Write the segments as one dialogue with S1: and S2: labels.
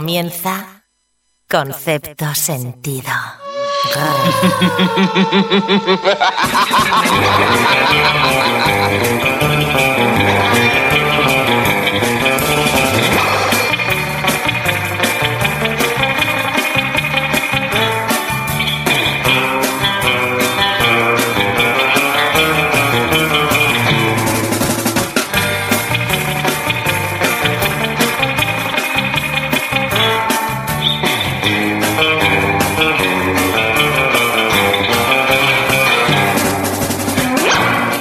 S1: Comienza Concepto Sentido.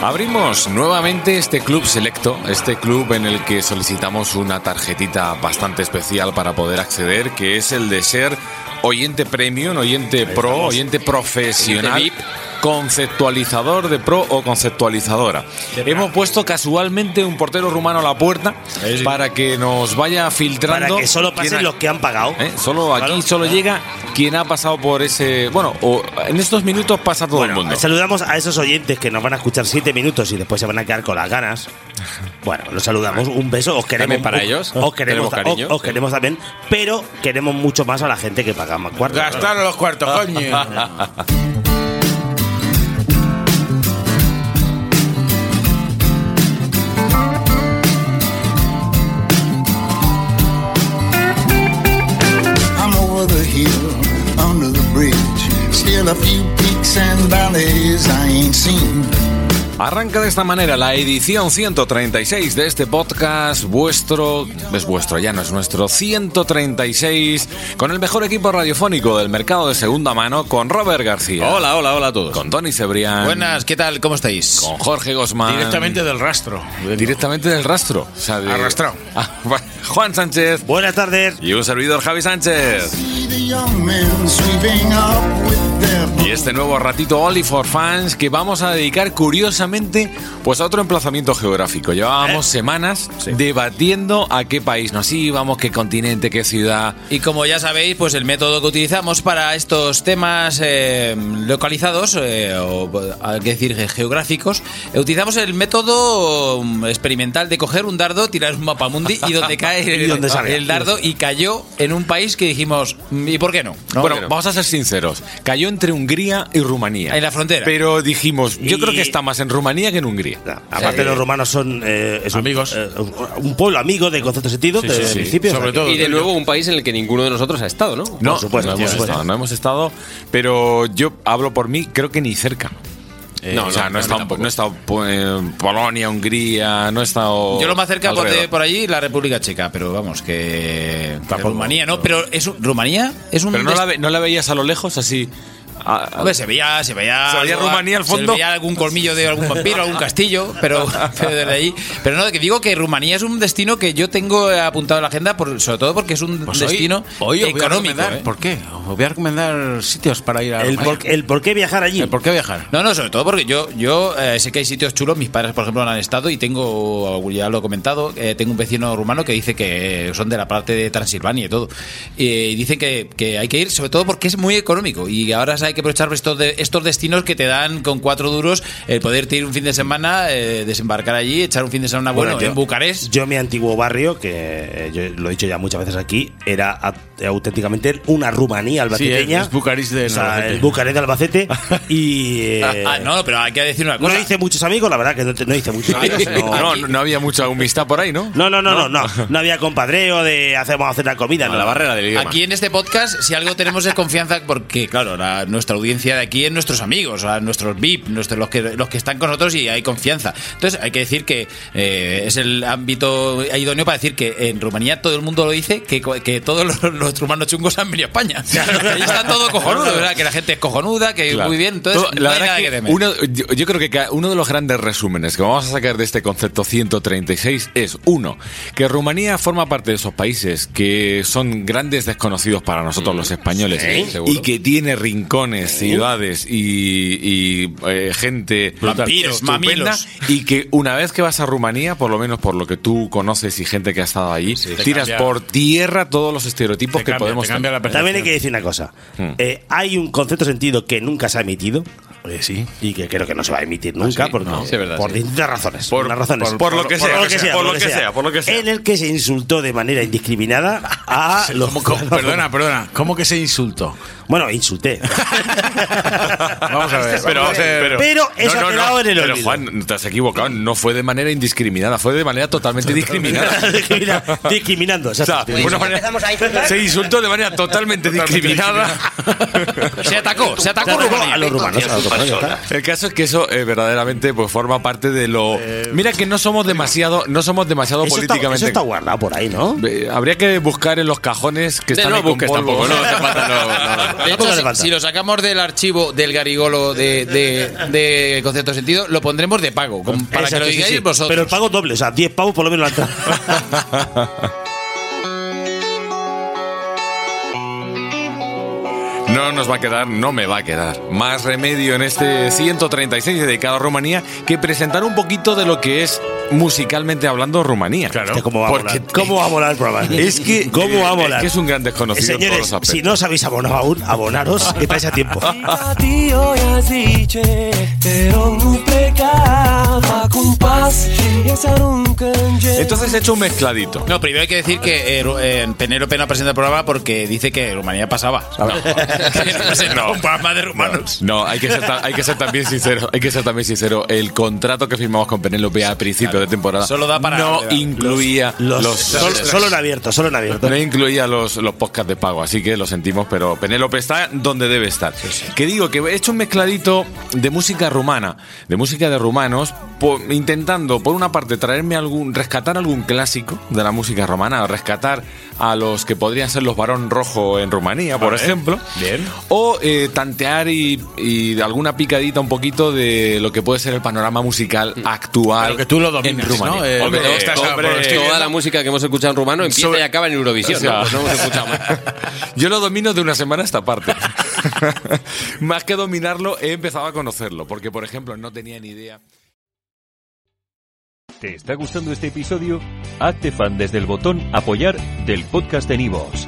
S2: Abrimos nuevamente este club selecto, este club en el que solicitamos una tarjetita bastante especial para poder acceder, que es el de ser oyente premium, oyente pro, oyente profesional.
S3: Oyente
S2: Conceptualizador de pro o conceptualizadora. Hemos puesto casualmente un portero rumano a la puerta
S4: Sí, sí.
S2: para que nos vaya filtrando.
S4: Para que solo
S2: quién
S4: pasen
S2: ha-
S4: los que han pagado.
S2: ¿eh? Solo aquí
S4: Claro,
S2: solo
S4: ¿no?
S2: llega quien ha pasado por ese. Bueno, o en estos minutos pasa todo el
S4: Bueno,
S2: mundo.
S4: saludamos a esos oyentes que nos van a escuchar siete minutos y después se van a quedar con las ganas. Bueno, los saludamos, un beso, os queremos
S3: También para
S4: mu-
S3: ellos,
S4: os queremos,
S3: tenemos cariño,
S4: os- os
S3: sí.
S4: queremos también, pero queremos mucho más a la gente que paga más cuarto.
S5: Gastaron los cuartos, coño.
S6: I'm over the hill, under the bridge. Still a few peaks and valleys I ain't seen.
S2: Arranca de esta manera la edición 136 de este podcast, vuestro, es vuestro, ya no es nuestro, 136, con el mejor equipo radiofónico del mercado de segunda mano, con Robert García.
S3: Hola, hola, hola a todos.
S2: Con Tony Cebrián.
S5: Buenas, ¿qué tal? ¿Cómo estáis?
S2: Con Jorge Gosman.
S5: Directamente del rastro.
S2: Directamente del rastro. o sea, de-
S5: Arrastrado.
S2: Ah, Juan Sánchez.
S4: Buenas tardes.
S2: Y un servidor Javi Sánchez.
S6: See the young men sweeping up with their
S2: Y este nuevo ratito Only for Fans que vamos a dedicar curiosamente pues a otro emplazamiento geográfico. Llevábamos semanas debatiendo a qué país nos íbamos, qué continente, qué ciudad.
S3: Y como ya sabéis, pues el método que utilizamos para estos temas eh, localizados, eh, o hay que decir ge- geográficos, eh, utilizamos el método mm, experimental de coger un dardo, tirar un mapa mundi y donde cae
S4: Y
S3: el,
S4: donde sale.
S3: el dardo y cayó en un país que dijimos, mm, ¿y por qué no?
S2: bueno,
S3: pero-
S2: vamos a ser sinceros. Cayó entre Hungría y Rumanía.
S3: En la frontera.
S2: Pero dijimos, yo
S4: Y-
S2: creo que está más en Rumanía que en Hungría.
S4: Aparte los romanos son eh, es un-
S5: Amigos.
S4: eh, un pueblo amigo de concepto sentido
S2: Sí,
S4: de
S2: sí, sí.
S4: principio.
S5: Sobre
S4: o sea,
S5: todo.
S7: Y de nuevo un país en el que ninguno de nosotros ha estado, ¿no?
S2: No,
S4: supuesto,
S2: no hemos
S4: por supuesto.
S2: estado, no hemos estado, pero yo hablo por mí, creo que ni cerca.
S3: Eh,
S2: no, o sea, no, he
S3: yo
S2: estado,
S3: tampoco.
S2: no he estado eh, Polonia, Hungría, no he estado.
S3: Yo lo más cerca por, de-
S2: alrededor.
S3: por allí, la República Checa, pero vamos, que. que
S4: Tampoco-
S3: Rumanía, ¿no? Pero es un- Rumanía es un.
S2: Pero no
S3: dest-
S2: la, ve- no la veías a lo lejos, así. a- a-
S3: Hombre, se veía, se veía.
S2: Se veía
S3: algo-
S2: Rumanía al
S3: Se
S2: fondo.
S3: veía algún colmillo de algún vampiro, algún castillo, pero, pero desde allí. Pero no, que digo que Rumanía es un destino que yo tengo apuntado en la agenda, por- sobre todo porque es un
S5: Pues hoy-
S3: destino
S5: hoy os voy a
S3: económico.
S5: recomendar-
S3: ¿eh?
S5: ¿Por qué? Os voy a recomendar sitios para ir a
S4: el,
S5: Rumanía.
S4: por, el por qué viajar allí.
S5: ¿El por qué viajar?
S3: No, no, sobre todo porque yo, yo eh, sé que hay sitios chulos. Mis padres, por ejemplo, han estado y tengo, ya lo he comentado, eh, tengo un vecino rumano que dice que eh, son de la parte de Transilvania y todo. Y, dicen que, que hay que ir, sobre todo porque es muy económico. Y ahora hay que aprovechar estos, de- estos destinos que te dan con cuatro duros el poderte ir un fin de semana, eh, desembarcar allí, echar un fin de semana bueno, en Bucarest.
S4: Yo, Eh, mi antiguo barrio, que eh, yo lo he dicho ya muchas veces aquí, era a- auténticamente una Rumanía albaceteña.
S5: es Bucarest de
S4: O sea,
S5: Albacete.
S4: el Bucarest de Albacete. y. eh,
S3: Ah, no, pero hay que decir una
S4: no
S3: cosa.
S4: hice muchos amigos, la verdad que no, te- no hice muchos amigos.
S2: no,
S4: No.
S2: no, no había mucha humistad por ahí, ¿no?
S4: No, no, no, no, no. No había compadreo de hacemos hacer la comida. no.
S2: del
S3: Aquí en este podcast, si algo tenemos es confianza, porque claro, la- nuestra audiencia de aquí es nuestros amigos, o sea, nuestros VIP, nuestros, los, que, los que están con nosotros y hay confianza. Entonces hay que decir que eh, es el ámbito idóneo para decir que en Rumanía todo el mundo lo dice, que, co- que todos los, los rumanos chungos han venido a España. Ahí están todos cojonudos, ¿verdad? Que la gente es cojonuda, que
S2: Claro.
S3: Eh, muy bien, entonces
S2: Todo-
S3: no
S2: la
S3: hay
S2: verdad es
S3: nada que,
S2: que
S3: temer.
S2: uno- yo, yo creo que ca- uno de los grandes resúmenes que vamos a sacar de este concepto 136 es, uno, que Rumanía forma parte de esos países que son grandes desconocidos para nosotros
S3: Mm,
S2: los españoles y
S7: seguro.
S2: que tiene rincones, ciudades y, y, eh, gente
S3: Vampiros,
S2: estupenda,
S3: mamilos.
S2: y que una vez que vas a Rumanía, por lo menos por lo que tú conoces y gente que ha estado allí,
S5: te
S2: tiras
S5: cambia-
S2: por tierra todos los estereotipos que podemos
S5: cambiar
S2: tener.
S5: la percepción.
S2: Hmm.
S4: También hay que decir una cosa. Eh, hay un concepto sentido que nunca se ha emitido.
S5: Eh, sí.
S4: y que creo que no se va a emitir
S2: Ah,
S4: nunca porque,
S7: no, sí, es verdad,
S4: por
S7: sí.
S4: distintas razones
S2: Por-
S4: unas razones.
S2: por- por lo que sea, por lo que sea, por lo que sea.
S4: en el que se insultó de manera indiscriminada a los
S5: ¿Cómo- cómo- perdona, perdona. ¿Cómo que se insultó?
S4: bueno insulté
S5: Vamos
S7: Este
S5: a ver.
S2: Pero,
S5: vamos a ver.
S2: pero,
S4: pero eso
S2: no, no,
S4: ha quedado
S2: no,
S4: en el
S2: pero,
S4: olvido.
S2: Juan, te has equivocado. No fue de manera indiscriminada, fue de manera totalmente discriminada.
S4: Discrimina- discriminando
S2: O sea,
S4: exacto.
S2: de una manera- se insultó de manera totalmente discriminada.
S3: Se atacó, se atacó
S4: a
S3: Rumanía.
S4: los rumanos a los rumanos, ya está.
S2: El caso es que eso eh, verdaderamente pues forma parte de lo. Mira que no somos demasiado, no somos demasiado
S4: Eh, Eso está,
S2: políticamente.
S4: eso está guardado por ahí no
S2: Eh, Habría que buscar en los cajones que
S7: De
S2: están
S7: no
S2: ahí con
S7: busques
S2: polvo.
S7: tampoco, no hace falta, no,
S4: no.
S3: De
S4: Tampoco
S3: hecho,
S4: hace
S3: si,
S4: falta.
S3: si lo sacamos del archivo del garigolo de, de, de Concepto Sentido, lo pondremos de pago, con- para que
S4: Exacto,
S3: lo
S4: sí,
S3: digáis
S4: sí.
S3: vosotros.
S4: pero el pago es doble o sea 10 pavos por lo menos la entrada
S2: No nos va a quedar, no me va a quedar más remedio en este 136 dedicado a Rumanía que presentar un poquito de lo que es musicalmente hablando Rumanía.
S4: Es que cómo va a
S2: Porque-
S4: volar cómo va a volar el programa
S2: Es que
S4: cómo va a
S2: eh,
S4: volar
S2: Es que es un gran
S4: Eh,
S2: desconocido en todos
S4: Señores,
S2: los aspectos.
S4: si no os habéis abonado aún, abonaros, que estáis a tiempo.
S8: Tio i-a zice Te rog nu pleca Fac un pas și ea se aruncă în ger
S2: Entonces he hecho un mezcladito.
S3: No, primero hay que decir que eh, Ru- eh, Penélope no presenta el programa porque dice que Rumanía pasaba.
S2: No.
S3: un programa de rumanos.
S2: No, hay que, ser, ta- hay que ser también sincero. Hay que ser también sincero. El contrato que firmamos con Penélope a principio de temporada
S3: Solo da para-
S2: no incluía
S4: Los-
S2: los,
S4: solo, solo en abierto, solo en abierto.
S2: No incluía los, los podcasts de pago, así que lo sentimos, pero Penélope está donde debe estar. Que digo que he hecho un mezcladito de música rumana, de música de rumanos, po- intentando, por una parte, traerme algún, rescatar algún clásico de la música romana, rescatar a los que podrían ser los varón rojo en Rumanía, por ejemplo.
S5: bien.
S2: O eh, tantear y, y alguna picadita un poquito de lo que puede ser el panorama musical actual.
S5: Mm. Pero que tú lo dominas,
S2: en Rumanía.
S5: ¿no? Eh,
S2: Hombre,
S5: porque estás-
S2: hombre,
S5: porque estoy
S2: toda
S7: Toda
S2: la
S7: la música que hemos escuchado en rumano empieza
S2: Sobre-
S7: y acaba en Eurovisión.
S2: o sea,
S7: ¿no? Pues no hemos escuchado más.
S2: Yo lo domino de una semana a esta parte. Más que dominarlo, he empezado a conocerlo, porque por ejemplo no tenía ni idea.
S9: ¿Te está gustando este episodio? Hazte fan desde el botón Apoyar del podcast de Nivos.